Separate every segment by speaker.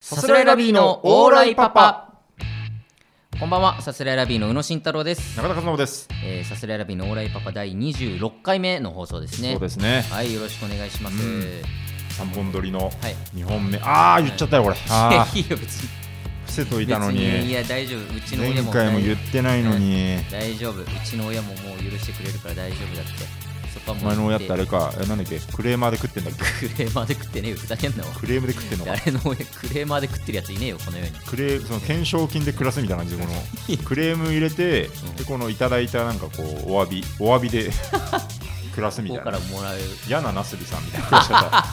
Speaker 1: さすらいラビーのオーライパパこんばんはさすらいラビーの宇野慎太郎です、
Speaker 2: 中田和伸です。
Speaker 1: えー、さすらいラビーのオーライパパ第26回目の放送ですね
Speaker 2: そうですね。
Speaker 1: はいよろしくお願いします、
Speaker 2: うん三本撮りの
Speaker 1: はい
Speaker 2: 二本目。ああ言っちゃったよこれ。あ あ
Speaker 1: いやいいよ別に
Speaker 2: 伏せとい
Speaker 1: 別
Speaker 2: たの
Speaker 1: にい
Speaker 2: に。
Speaker 1: や大丈夫うちの
Speaker 2: 前
Speaker 1: 親も
Speaker 2: 回も言ってないのに。
Speaker 1: 大丈夫うちの親ももう許してくれるから大丈夫だってそこはも
Speaker 2: お
Speaker 1: う
Speaker 2: 前の親って あれか。えなんだっけクレーマーで食ってんだっけ。
Speaker 1: クレーマーで食ってねえよふざけんなわ
Speaker 2: クレームで食ってんのか。
Speaker 1: 誰の親クレーマーで食ってるやついねえよこの世に
Speaker 2: クレーその懸賞金で暮らすみたいな感じでこの クレーム入れて
Speaker 1: ん
Speaker 2: でこのいただいたなんかこうお詫びお詫 びで暮らすみ
Speaker 1: こ
Speaker 2: た
Speaker 1: こ
Speaker 2: い
Speaker 1: から
Speaker 2: な。
Speaker 1: もらう
Speaker 2: 嫌ななすびさんみたい な暮らし方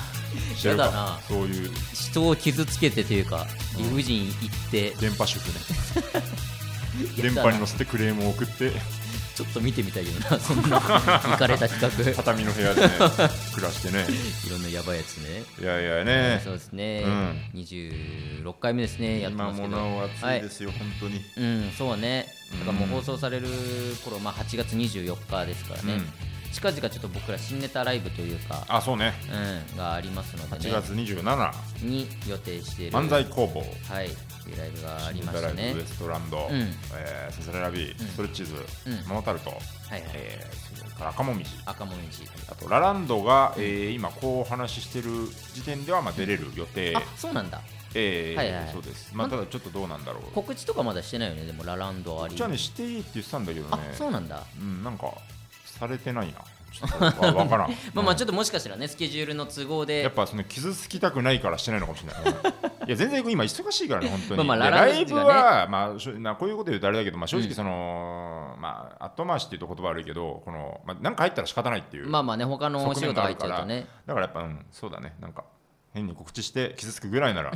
Speaker 2: してる
Speaker 1: やだな
Speaker 2: か。そういう
Speaker 1: 人を傷つけてというか理不尽言って
Speaker 2: 電波主 婦ね。
Speaker 1: や
Speaker 2: 電
Speaker 1: だな
Speaker 2: 波に乗せてクレームを送って。
Speaker 1: ちょっと見てみたいよな、 そんな、行かれた企 画、
Speaker 2: 畳の部屋でね暮 らしてね
Speaker 1: いろんなやばいやつね。
Speaker 2: いやいやね
Speaker 1: そうですね、
Speaker 2: う
Speaker 1: 26回目ですね、やって
Speaker 2: 今
Speaker 1: ますけ
Speaker 2: も
Speaker 1: ど。。
Speaker 2: なお暑いですすよ、本当に
Speaker 1: うん、そうね、だからもう
Speaker 2: うん
Speaker 1: 放送される頃、まあ8月24日ですからね、近々ちょっと僕ら新ネタライブというか、
Speaker 2: あそうね
Speaker 1: うん、がありますので
Speaker 2: 8
Speaker 1: ね、
Speaker 2: 月27
Speaker 1: に予定している
Speaker 2: 漫才工房
Speaker 1: はい、っていうライブがあり
Speaker 2: 新
Speaker 1: ま
Speaker 2: ネタ
Speaker 1: し
Speaker 2: ラ
Speaker 1: た
Speaker 2: イブ
Speaker 1: ね
Speaker 2: ウエ。ストランド、
Speaker 1: うん
Speaker 2: えーサスララビ
Speaker 1: う
Speaker 2: ー、
Speaker 1: ん
Speaker 2: ストレッチーズ、
Speaker 1: うん
Speaker 2: モノタルト、
Speaker 1: はいはい
Speaker 2: えーそれから赤もみじ
Speaker 1: 赤もみじ。
Speaker 2: あとラランドが、えー今こう話してる時点ではまあ出れる予定、
Speaker 1: あ、そうなんだ。
Speaker 2: えー
Speaker 1: はいはい
Speaker 2: そうですまあただちょっとどうなんだろうこ
Speaker 1: 告知とかまだしてないよね、でもラランドあ
Speaker 2: っ
Speaker 1: り。
Speaker 2: ちはねしていいって言ってたんだけどね
Speaker 1: あ、そうなんだ。
Speaker 2: うんなんかされてないなちょっ とわから
Speaker 1: まあ
Speaker 2: ん
Speaker 1: まあ
Speaker 2: うん
Speaker 1: ちょっともしかしたらねスケジュールの都合
Speaker 2: やっ
Speaker 1: で
Speaker 2: ぱその傷つきたくないからしてないのかもしれ ない。いや全然今忙しいからね、本当に。
Speaker 1: まあまあ
Speaker 2: いや
Speaker 1: ララ
Speaker 2: ライブは、まあ、しょなこういうこと言うとあれだけど、まあ、正
Speaker 1: うん
Speaker 2: 直その、まあ、後回しっていうと言葉悪いけど、この、まあ、なんか入ったら仕方ないっていう。
Speaker 1: まあまあね他のお仕
Speaker 2: 側面
Speaker 1: 事
Speaker 2: があ
Speaker 1: 入
Speaker 2: る
Speaker 1: っちゃうとね
Speaker 2: だからやっぱ、うん、そうだね、なんか、変に告知して傷つくぐらい なら、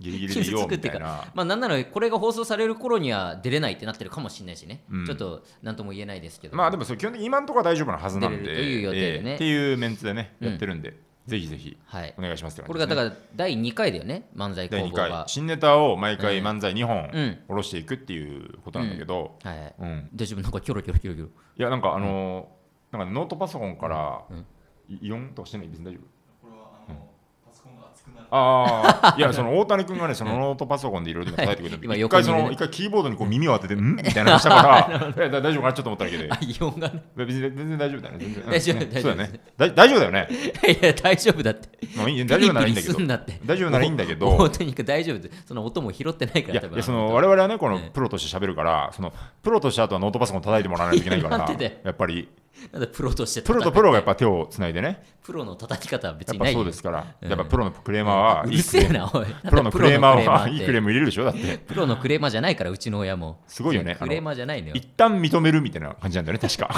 Speaker 2: ギリギリでいいよみたいな。
Speaker 1: まあなんならこれが放送される頃には出れないってなってるかもしれないしね、
Speaker 2: うん
Speaker 1: ちょっと何とも言えないですけど
Speaker 2: まあでもそれ基本的に今のところは大丈夫なはずなんで、
Speaker 1: 出れるという予定でね
Speaker 2: えーっていうメンツでね、
Speaker 1: うん
Speaker 2: やってるんで、ぜひぜひ
Speaker 1: はい
Speaker 2: お願いしますって
Speaker 1: こ
Speaker 2: 感
Speaker 1: れ
Speaker 2: じ
Speaker 1: がだ
Speaker 2: ですね
Speaker 1: から第2回だよね漫才
Speaker 2: 第
Speaker 1: 工
Speaker 2: 2
Speaker 1: 房
Speaker 2: 回
Speaker 1: が、
Speaker 2: 新ネタを毎回
Speaker 1: うん
Speaker 2: 漫才2本
Speaker 1: うん
Speaker 2: 下ろしていくっていうことなんだけど、
Speaker 1: はい
Speaker 2: うん
Speaker 1: 大丈夫なんかキョロキョロキョロキョ ロ
Speaker 2: いやなんかあのーなんかノートパソコンから、
Speaker 1: うん
Speaker 2: イイオンとかしてない別に大丈夫
Speaker 3: これはあの、パソコンが熱くなる。
Speaker 2: ああいやその大谷君がねそのノートパソコンでいろいろ叩いてくれて、
Speaker 1: 今
Speaker 2: 一
Speaker 1: 横
Speaker 2: 回
Speaker 1: にね
Speaker 2: その一回キーボードにこう耳を当ててんみたいなのした からいやだ大丈夫かなちょっと思っただけで
Speaker 1: あイオンがね
Speaker 2: 別に全然大丈夫だよね全然
Speaker 1: 大丈夫
Speaker 2: うん
Speaker 1: 大丈夫
Speaker 2: そうだよねだ大丈夫だよね、
Speaker 1: いや大丈夫だって
Speaker 2: まあ、いい大丈夫ならいい
Speaker 1: ピリ
Speaker 2: んだけ
Speaker 1: ピリす
Speaker 2: ど
Speaker 1: んなって
Speaker 2: 大丈夫ならいいんだけど
Speaker 1: もうとにかく大丈夫ですその音も拾ってないか
Speaker 2: い
Speaker 1: ら
Speaker 2: や
Speaker 1: 多分
Speaker 2: いやその我々はねこの
Speaker 1: ええ
Speaker 2: プロとして喋るからそのプロとしてあとはノートパソコン叩いてもらわないとい けないか
Speaker 1: な
Speaker 2: ら
Speaker 1: んでだよ
Speaker 2: やっぱり
Speaker 1: なんだプロとして
Speaker 2: プロとプロがやっぱ手をつないでね
Speaker 1: プロの叩き方は別
Speaker 2: やっ
Speaker 1: に
Speaker 2: ぱ
Speaker 1: ない
Speaker 2: そうですからやっぱプロのクレーマーは
Speaker 1: う
Speaker 2: い
Speaker 1: る
Speaker 2: い
Speaker 1: せえなおい
Speaker 2: プロのクレーマー
Speaker 1: っ
Speaker 2: は
Speaker 1: て
Speaker 2: いいクレーム入れるでしょだって
Speaker 1: プロのクレーマーじゃないからうちの親も
Speaker 2: すごいよね
Speaker 1: クレーマーじゃないのよ
Speaker 2: 一旦認めるみたいな感じなんだよね確 か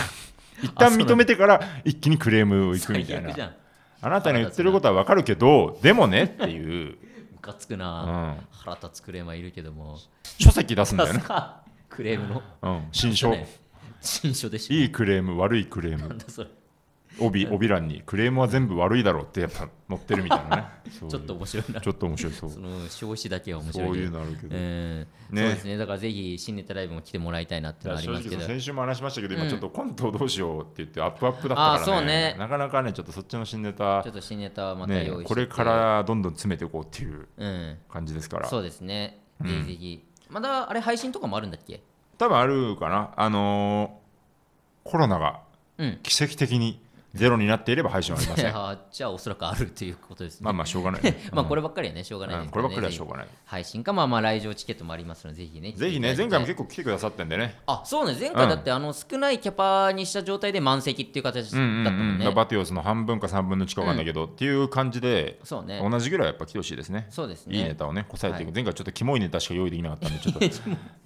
Speaker 2: 一旦認めてから一気にクレームをいくみたい
Speaker 1: 最悪じゃん
Speaker 2: なあなたの言ってることはわかるけどでもねっていう、
Speaker 1: ムカつく
Speaker 2: う
Speaker 1: な、
Speaker 2: ん、
Speaker 1: 腹立つクレーマーいるけども
Speaker 2: 書籍出すんだよね、
Speaker 1: かクレームの
Speaker 2: うん、新書
Speaker 1: ね新書でしょ
Speaker 2: いいクレーム悪いクレー
Speaker 1: なん
Speaker 2: ム
Speaker 1: だそれ
Speaker 2: 帯帯欄にクレームは全部悪いだろうってやっぱ載ってるみたい なねそういう
Speaker 1: ちょっと面白いな
Speaker 2: ちょっと面白いそう
Speaker 1: その表紙だけは面白い
Speaker 2: そういう
Speaker 1: の
Speaker 2: のあるけど、
Speaker 1: うん
Speaker 2: ね
Speaker 1: そうですねだからぜひ新ネタライブも来てもらいたいなって
Speaker 2: い
Speaker 1: の
Speaker 2: や
Speaker 1: はあり
Speaker 2: 正
Speaker 1: ますけ
Speaker 2: 直
Speaker 1: ど
Speaker 2: 先週も話しましたけど、
Speaker 1: うん
Speaker 2: 今ちょっとコントをどうしようって言ってアップアップだった
Speaker 1: あ
Speaker 2: か
Speaker 1: そ
Speaker 2: ら
Speaker 1: う
Speaker 2: ね
Speaker 1: ね
Speaker 2: なかなかねちょっとそっちの新ネタ
Speaker 1: ちょっと新ネタはまた用意
Speaker 2: ね
Speaker 1: して、
Speaker 2: これからどんどん詰めていこうっていう
Speaker 1: うん
Speaker 2: 感じですから
Speaker 1: そうですねぜひぜひまだあれ配信とかもあるんだっけ
Speaker 2: 多分あるかなあのーコロナが
Speaker 1: うん
Speaker 2: 奇跡的にゼロになっていれば配信はありません
Speaker 1: あじゃあおそらくあるということですね
Speaker 2: まあまあしょうがない ね
Speaker 1: まあこ
Speaker 2: れ
Speaker 1: ればっかりはね、しょうがないです、ね
Speaker 2: こればっかりはしょうがない
Speaker 1: 配信か、まあまあ来場チケットもありますので、ぜひね。
Speaker 2: ぜひね
Speaker 1: 来て
Speaker 2: 前
Speaker 1: いた
Speaker 2: 回
Speaker 1: だ
Speaker 2: も
Speaker 1: いて
Speaker 2: 結構来てくださってんでね
Speaker 1: あ、そうね、前回
Speaker 2: うん
Speaker 1: だって、あの少ないキャパにした状態で満席っていう形だった
Speaker 2: うん
Speaker 1: も
Speaker 2: うんう
Speaker 1: ん
Speaker 2: ん
Speaker 1: ね。
Speaker 2: だからバティオスの半分か3分の1か分かんないけど、っていう感じで
Speaker 1: そうね。
Speaker 2: 同じぐらいやっぱ来てほしいですね
Speaker 1: そうですね。
Speaker 2: いいネタをねこさえていく、
Speaker 1: は
Speaker 2: 前回ちょっとキモいネタしか用意できなかったんでち ょっと、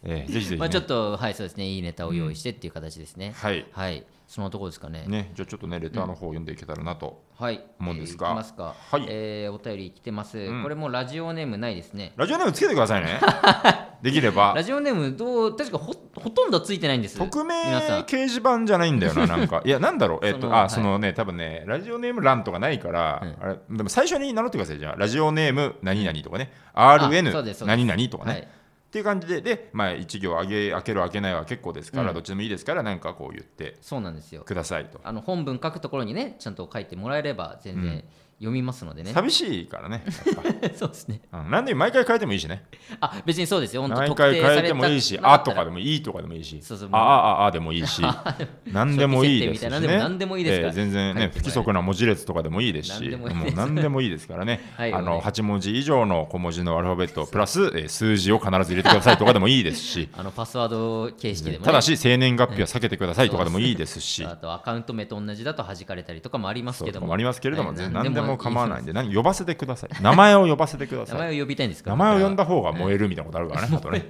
Speaker 2: ええぜひぜひ、ね
Speaker 1: まあちょっと、はい、そうですね。いいネタを用意してっていう形ですね。
Speaker 2: はい
Speaker 1: はい。そのところですかね。
Speaker 2: ね、じゃあちょっとね、レターの方を読んでいけたらなと。
Speaker 1: はい。
Speaker 2: もんですか
Speaker 1: えーいきますか。
Speaker 2: はい
Speaker 1: えーお便り来てます、
Speaker 2: ん
Speaker 1: これもラジオネームないですね。
Speaker 2: ラジオネームつけてくださいね。 できれば
Speaker 1: ラ。ジオネーム、どう、確かほほとんどついてないんです。
Speaker 2: 匿名
Speaker 1: 皆さん
Speaker 2: 掲。示板じゃないんだよな、 なんか。いや、なんだろう、えっ
Speaker 1: そ
Speaker 2: と、
Speaker 1: のはい
Speaker 2: あ、そのね、多分ね、ラジオネーム欄とかないから、
Speaker 1: うん
Speaker 2: あれでも最初に名乗ってください、じゃあ、ラジオネーム何々とかね、
Speaker 1: そうです
Speaker 2: RN
Speaker 1: そうです
Speaker 2: 何々とかね。
Speaker 1: はい。
Speaker 2: っていう感じで、で、まあ、一行あげ、開ける、開けないは結構ですから、
Speaker 1: うん
Speaker 2: どっちでもいいですから、なんかこう言って
Speaker 1: そうなんですよ。
Speaker 2: くださいと。
Speaker 1: あの本文書くところにねちゃんと書いてもらえれば全然読みますのでね。
Speaker 2: 寂しいからね、
Speaker 1: そうですね。
Speaker 2: うん、何で毎回変えてもいいしね
Speaker 1: あ、別にそうですよ。本当
Speaker 2: 毎回変えてもいいし「あ」とかで
Speaker 1: も。
Speaker 2: もいいとかでもいいし
Speaker 1: そうそう
Speaker 2: ああああ」でも いいし何でもいいですし、
Speaker 1: 初期設定みたいなの
Speaker 2: ね、
Speaker 1: でも何でもいいですから
Speaker 2: ええ全
Speaker 1: 書いて
Speaker 2: 然ね
Speaker 1: もらえ
Speaker 2: 不規則な文字列とかでもいいですし
Speaker 1: 何でもいいです
Speaker 2: もう何でもいいですからね
Speaker 1: はい
Speaker 2: あ
Speaker 1: お願
Speaker 2: の
Speaker 1: い
Speaker 2: 8文字以上の小文字のアルファベットプラス、えー数字を必ず入れてくださいとかでもいいですし
Speaker 1: あのパスワード形 式でも、ね。
Speaker 2: ただし生年月日は避けてくださいとかでもいいですし。
Speaker 1: あとアカウント名と同じだと弾かれたりとかもあります
Speaker 2: そう
Speaker 1: け
Speaker 2: と
Speaker 1: ど
Speaker 2: か
Speaker 1: も。
Speaker 2: もありますけれども、全然何でも構わないん
Speaker 1: で
Speaker 2: で、何呼ばせてください。名前を呼ばせてくだ
Speaker 1: す。
Speaker 2: さい。
Speaker 1: 名前を呼びたいんですか
Speaker 2: 名前を呼んだ
Speaker 1: 方
Speaker 2: 方が燃えるみたいなことあ るからね、あとね。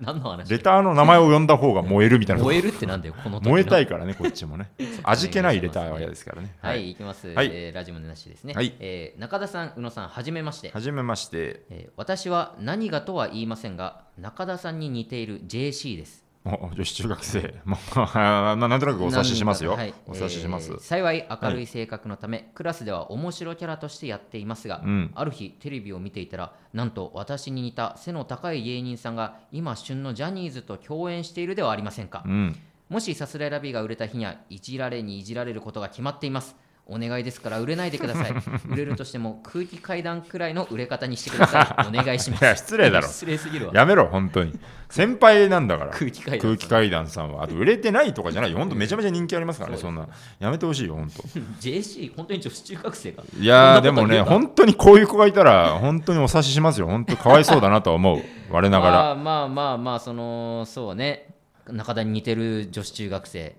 Speaker 1: 何の話
Speaker 2: レターの名前を呼んだ方が燃えるみたいなこと
Speaker 1: 燃えるってなんだよ、この時の
Speaker 2: 燃えたいからね、こっち もね。味気ないレターは嫌ですからね。
Speaker 1: はい、い、きます、
Speaker 2: はい
Speaker 1: えーラジムネなしですね、
Speaker 2: はい
Speaker 1: えー中田さん、宇野さん、はじめまして、
Speaker 2: はじめまして。
Speaker 1: えー私は何がとは言いませんが、中田さんに似ている JC です。
Speaker 2: お女子中学生。まあ、まあなんとなくお察ししますよ。
Speaker 1: 何人か
Speaker 2: お察しします
Speaker 1: えー。幸い明るい性格のため、クラスでは面白キャラとしてやっていますが、
Speaker 2: うん
Speaker 1: ある日テレビを見ていたらなんと私に似た背の高い芸人さんが今旬のジャニーズと共演しているではありませんか、
Speaker 2: うん。
Speaker 1: もしさすらいラビが売れた日にはいじられにいじられることが決まっていますお願いですから売れないでくだ さい売れるとしても空気階段くらいの売れ方にしてくださいお願いします
Speaker 2: いや失礼だろ
Speaker 1: 失礼すぎるわ
Speaker 2: やめろ、本当に。先輩なんだから。
Speaker 1: 空気階段さん
Speaker 2: 空気階段さんは。あと、売れてないとかじゃないよ。本当、めちゃめちゃ人気ありますからね、
Speaker 1: そ
Speaker 2: そ
Speaker 1: うん
Speaker 2: な。やめてほしいよ、本当。
Speaker 1: JC 本当に女子中学生か
Speaker 2: いやー、で
Speaker 1: そんなこと言
Speaker 2: もね、
Speaker 1: うか
Speaker 2: 本当にこういう子がいたら、本当にお察ししますよ。本当、かわいそうだなとは 思う。我なが
Speaker 1: ま
Speaker 2: ら。
Speaker 1: あまあまあまあそのそうね中田に似てる女子中学生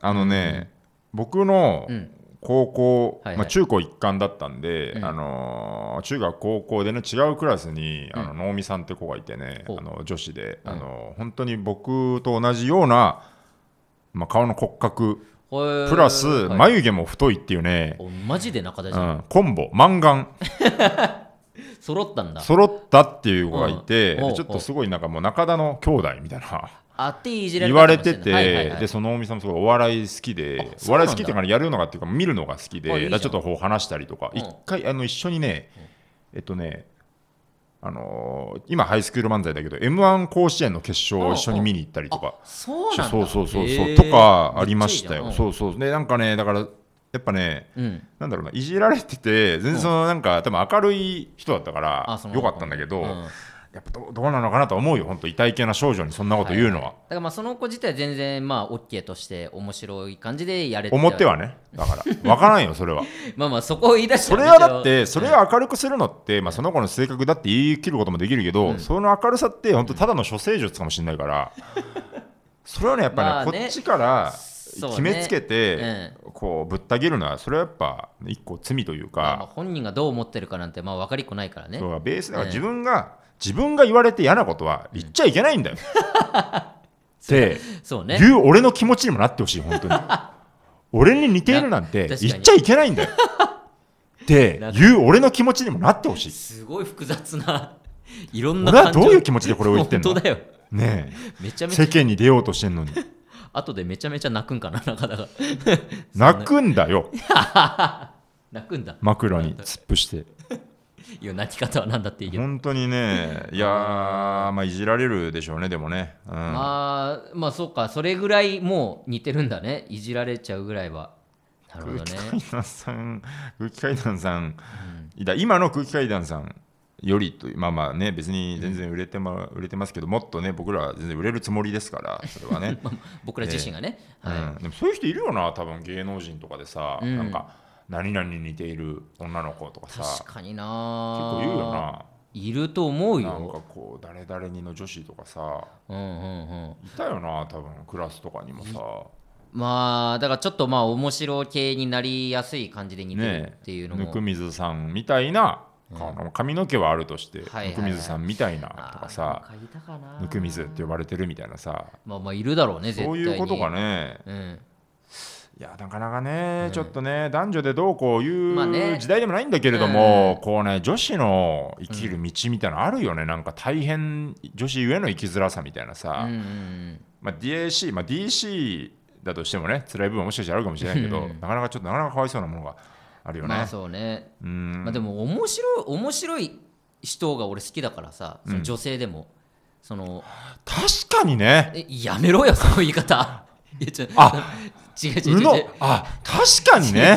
Speaker 2: あのね、僕の
Speaker 1: うん
Speaker 2: 高校、
Speaker 1: はいはい
Speaker 2: まあ、中高一貫だったんで、
Speaker 1: うん
Speaker 2: あのー中学高校でね違うクラスにあの能見さんって子がいてね、
Speaker 1: ほう
Speaker 2: あの女子で、
Speaker 1: うん
Speaker 2: あの本当に僕と同じような、まあ、顔の骨格プ
Speaker 1: プ
Speaker 2: ラス、
Speaker 1: い、
Speaker 2: 眉毛も太いっていうね、
Speaker 1: おマジで中田
Speaker 2: う
Speaker 1: じゃん、
Speaker 2: ん、コンボマンガン
Speaker 1: 揃ったんだ
Speaker 2: 揃ったっていう子がいて、
Speaker 1: うんほう
Speaker 2: ちょっとすごいなんかもう中田の兄弟みたいな。
Speaker 1: あっていじられ
Speaker 2: 言
Speaker 1: 方
Speaker 2: われてて、
Speaker 1: はいはいはい
Speaker 2: でそのおみさんもすごいお笑い好きで
Speaker 1: あそう
Speaker 2: お
Speaker 1: なんだ
Speaker 2: 笑い好きっていうかねやるのがっていうか見るのが好きで
Speaker 1: あいいじゃん
Speaker 2: だからちょっとこう話したりとか
Speaker 1: うん
Speaker 2: 一、回あの一緒にね、えっとねあのー今ハイスクール漫才だけど m 1甲子園の決勝を一緒に見に行ったりとか
Speaker 1: あ、そうなんだ
Speaker 2: そうそうそうそう、
Speaker 1: へー
Speaker 2: とかありましたよ、
Speaker 1: めっちゃいいじゃん
Speaker 2: そうそうでなんかねだからやっぱね
Speaker 1: うんうん
Speaker 2: なんだろうないじられてて全然そのなんか多分明るい人だったからよかったんだけど、
Speaker 1: う
Speaker 2: やっぱどうどうなのかなとは思うよ本当痛い系な少女にそんなこと言うのは。
Speaker 1: だからまあその子自体は全然まあ OK として面白い感じでやれて
Speaker 2: 思ってはねだから分からんよそ れは
Speaker 1: まあまあそこを言い出した
Speaker 2: そ
Speaker 1: ら
Speaker 2: れはだってそれを明るくするのって、まあ、その子の性格だって言い切ることもできるけど、その明るさって本当ただの処世術かもしれな いから、それはねやっぱね,、
Speaker 1: まあね
Speaker 2: こっちから
Speaker 1: そうね
Speaker 2: 決めつけて、こうぶった切るのはそれはやっぱ一個罪という
Speaker 1: まあまあ
Speaker 2: か、
Speaker 1: 本人がどう思ってるかなんてまあ分かりっこないからね
Speaker 2: そうベースだか
Speaker 1: ええ
Speaker 2: ら自分が、自分が言われて嫌なことは言っちゃいけな いんだよ。って
Speaker 1: そうね
Speaker 2: 言う俺の気持ちにもなってほしい本 当に俺に似ているなんて
Speaker 1: な確かに
Speaker 2: 言っちゃいけない んだよって言う俺の気持ちにもなってほしい
Speaker 1: すごい複雑な いろんな
Speaker 2: 俺は
Speaker 1: 感情
Speaker 2: どういう気持ちでこれを言ってんの
Speaker 1: 本当だよ
Speaker 2: ね
Speaker 1: めちゃ
Speaker 2: え
Speaker 1: めちゃ
Speaker 2: 世間に出ようとして んのに
Speaker 1: 後でめちゃめちゃ泣くんかな中田が
Speaker 2: 泣くんだよ
Speaker 1: 泣くんだ
Speaker 2: 枕に突っ伏して
Speaker 1: いや泣き方は何だっていいけど、
Speaker 2: 本当にねいやーまあいじられるでしょうねでもね、うん
Speaker 1: まあまあそうかそれぐらいもう似てるんだねいじられちゃうぐらいはなるほど
Speaker 2: 空
Speaker 1: ね
Speaker 2: 気階段さん空気階段さん、いや今の空気階段さんよりとまあまあね別に全然売れて,、ま売れてますけどもっとね僕らは全然売れるつもりですからそれ はね、
Speaker 1: 僕ら自身がね、
Speaker 2: うんでもそういう人いるよな多分芸能人とかでさ、
Speaker 1: うん
Speaker 2: なんか何々に似ている女の子とかさ
Speaker 1: はい、
Speaker 2: 結
Speaker 1: 確かにな
Speaker 2: 構言うよない
Speaker 1: ると思う
Speaker 2: なん
Speaker 1: よ
Speaker 2: かこう誰々にの女子とかさ
Speaker 1: うんうんうん
Speaker 2: いたよな多分クラスとかにもさ
Speaker 1: まあだからちょっとまあ面白系になりやすい感じで似てるっていうのも、
Speaker 2: ぬくみずさんみたいな顔の髪の毛はあるとして、
Speaker 1: はいはいはい
Speaker 2: ぬくみずさんみたいなとかさ
Speaker 1: あーなんかいたかな
Speaker 2: ぬくみずって呼ばれてるみたいなさ
Speaker 1: まあまあいるだろうね絶対に
Speaker 2: そういうことがね
Speaker 1: うん
Speaker 2: いやなかなかね、ちょっとね男女でどうこうい
Speaker 1: まあね
Speaker 2: う時代でもないんだけれども、こうね女子の生きる道みたいなのあるよね、なんか大変女子ゆえの生きづらさみたいなさ、
Speaker 1: うんうんうん
Speaker 2: まあ、DAC、まあ、DC だとしてもね辛い部分はもしかしたらあるかもしれないけど、
Speaker 1: うん
Speaker 2: なかなかちょっとなかなかかわいそうなものがあるよね。
Speaker 1: まあそうね、
Speaker 2: うん
Speaker 1: まあでも面白い面白い人が俺好きだからさその女性でも、その
Speaker 2: 確かにね
Speaker 1: えやめろよその言い方いやちょ
Speaker 2: あ
Speaker 1: 違う違う
Speaker 2: う
Speaker 1: 違う
Speaker 2: の
Speaker 1: 違う。
Speaker 2: あ確かにね
Speaker 1: 違う違う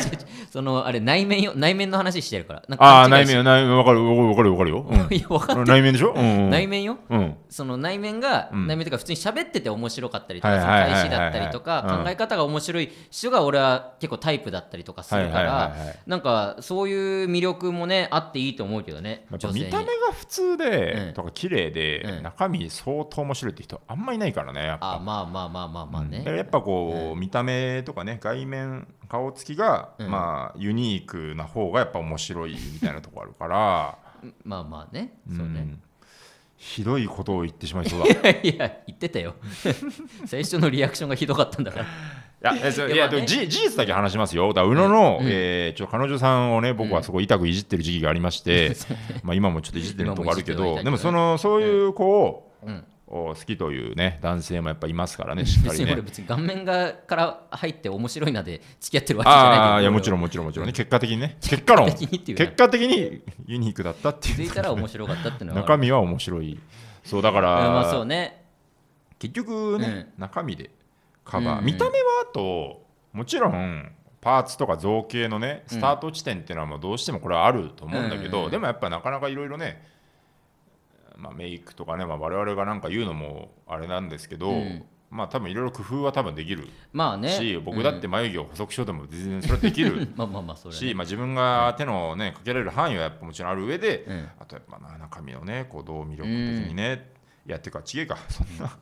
Speaker 1: そのあれ内面よ内面の話してるから。なんか
Speaker 2: ああ
Speaker 1: 勘違
Speaker 2: 内
Speaker 1: いし
Speaker 2: 面内面わかるわかるわかるよ、
Speaker 1: いやわかん
Speaker 2: うん内面でしょ、うんう ん、
Speaker 1: 内面よ。
Speaker 2: うん
Speaker 1: その内面が、
Speaker 2: うん
Speaker 1: 内面というか普通に喋ってて面白かったりと
Speaker 2: は
Speaker 1: か、
Speaker 2: い
Speaker 1: その
Speaker 2: はいはいはい
Speaker 1: 返しだったりと
Speaker 2: う
Speaker 1: か
Speaker 2: ん、
Speaker 1: 考え方が面白い人が俺は結構タイプだったりとかするか
Speaker 2: はいはいはいは
Speaker 1: ら
Speaker 2: い、
Speaker 1: なんかそういう魅力もね、あっていいと思うけどね
Speaker 2: やっ、ぱ
Speaker 1: 女性
Speaker 2: 見
Speaker 1: に
Speaker 2: た目。が普通
Speaker 1: う
Speaker 2: で
Speaker 1: ん
Speaker 2: とか綺麗で、
Speaker 1: うん
Speaker 2: 中身相当面白いって人あんまいないからねやっぱ
Speaker 1: あ、まあまあまあまあまあ
Speaker 2: うんだから
Speaker 1: ね。
Speaker 2: やっぱこう、見た目とかね外面顔つきが、
Speaker 1: うん
Speaker 2: まあユニークな方がやっぱ面白いみたいなとこあるから、
Speaker 1: まあまあね。
Speaker 2: う
Speaker 1: そうね。
Speaker 2: んひどいことを言ってしまいそうだ
Speaker 1: いや、言ってたよ。 最初のリアクションがひどかったんだから。
Speaker 2: いやえそうい
Speaker 1: いや
Speaker 2: や
Speaker 1: まあ
Speaker 2: で
Speaker 1: ね
Speaker 2: もじ事実だけ話しますよだから宇野の、
Speaker 1: うん
Speaker 2: えーちょ彼女さんをね僕はすごい痛くいじってる時期がありまして、 まあ今もちょっといじってるとこあるけ
Speaker 1: 今もいじってはいたけどね
Speaker 2: どでもそのそういう子を、
Speaker 1: うん
Speaker 2: お好きというね男性もやっぱいますからねしっか
Speaker 1: 別
Speaker 2: り
Speaker 1: に俺
Speaker 2: ね。
Speaker 1: 別に顔面がから入って面白いなで付き合ってるわけじゃないから
Speaker 2: ああいやもちろん
Speaker 1: ん
Speaker 2: もちろんもちろんね結果的にね結果論
Speaker 1: 結果的にっていうか
Speaker 2: 結果的にユニークだったって
Speaker 1: 気づ
Speaker 2: い
Speaker 1: いうたら面白かったっていうのは
Speaker 2: 中
Speaker 1: 身
Speaker 2: 身は面白いそうだから、
Speaker 1: まあそうね
Speaker 2: 結局ね、中身でカバー、
Speaker 1: うんうん
Speaker 2: 見た目はあともちろんパーツとか造形のねスタート地点っていうのはもうどうしてもこれはあると思うんだけど、
Speaker 1: うん
Speaker 2: でもやっぱなかなかいろいろね、まあ、メイクとかね、まあ、我々がなんか言うのもあれなんですけど、
Speaker 1: うん
Speaker 2: まあ多分いろいろ工夫は多分できる
Speaker 1: まあね
Speaker 2: し、僕だって眉毛を細くしようとも全然それはでき
Speaker 1: う
Speaker 2: る
Speaker 1: んまあまあまあそれはね
Speaker 2: し、まあ、自分が手のねかけられる範囲はやっぱもちろんある上で、
Speaker 1: うん
Speaker 2: あとやっぱな中身のねこうどう魅力的にね、いやってかちげえか そんな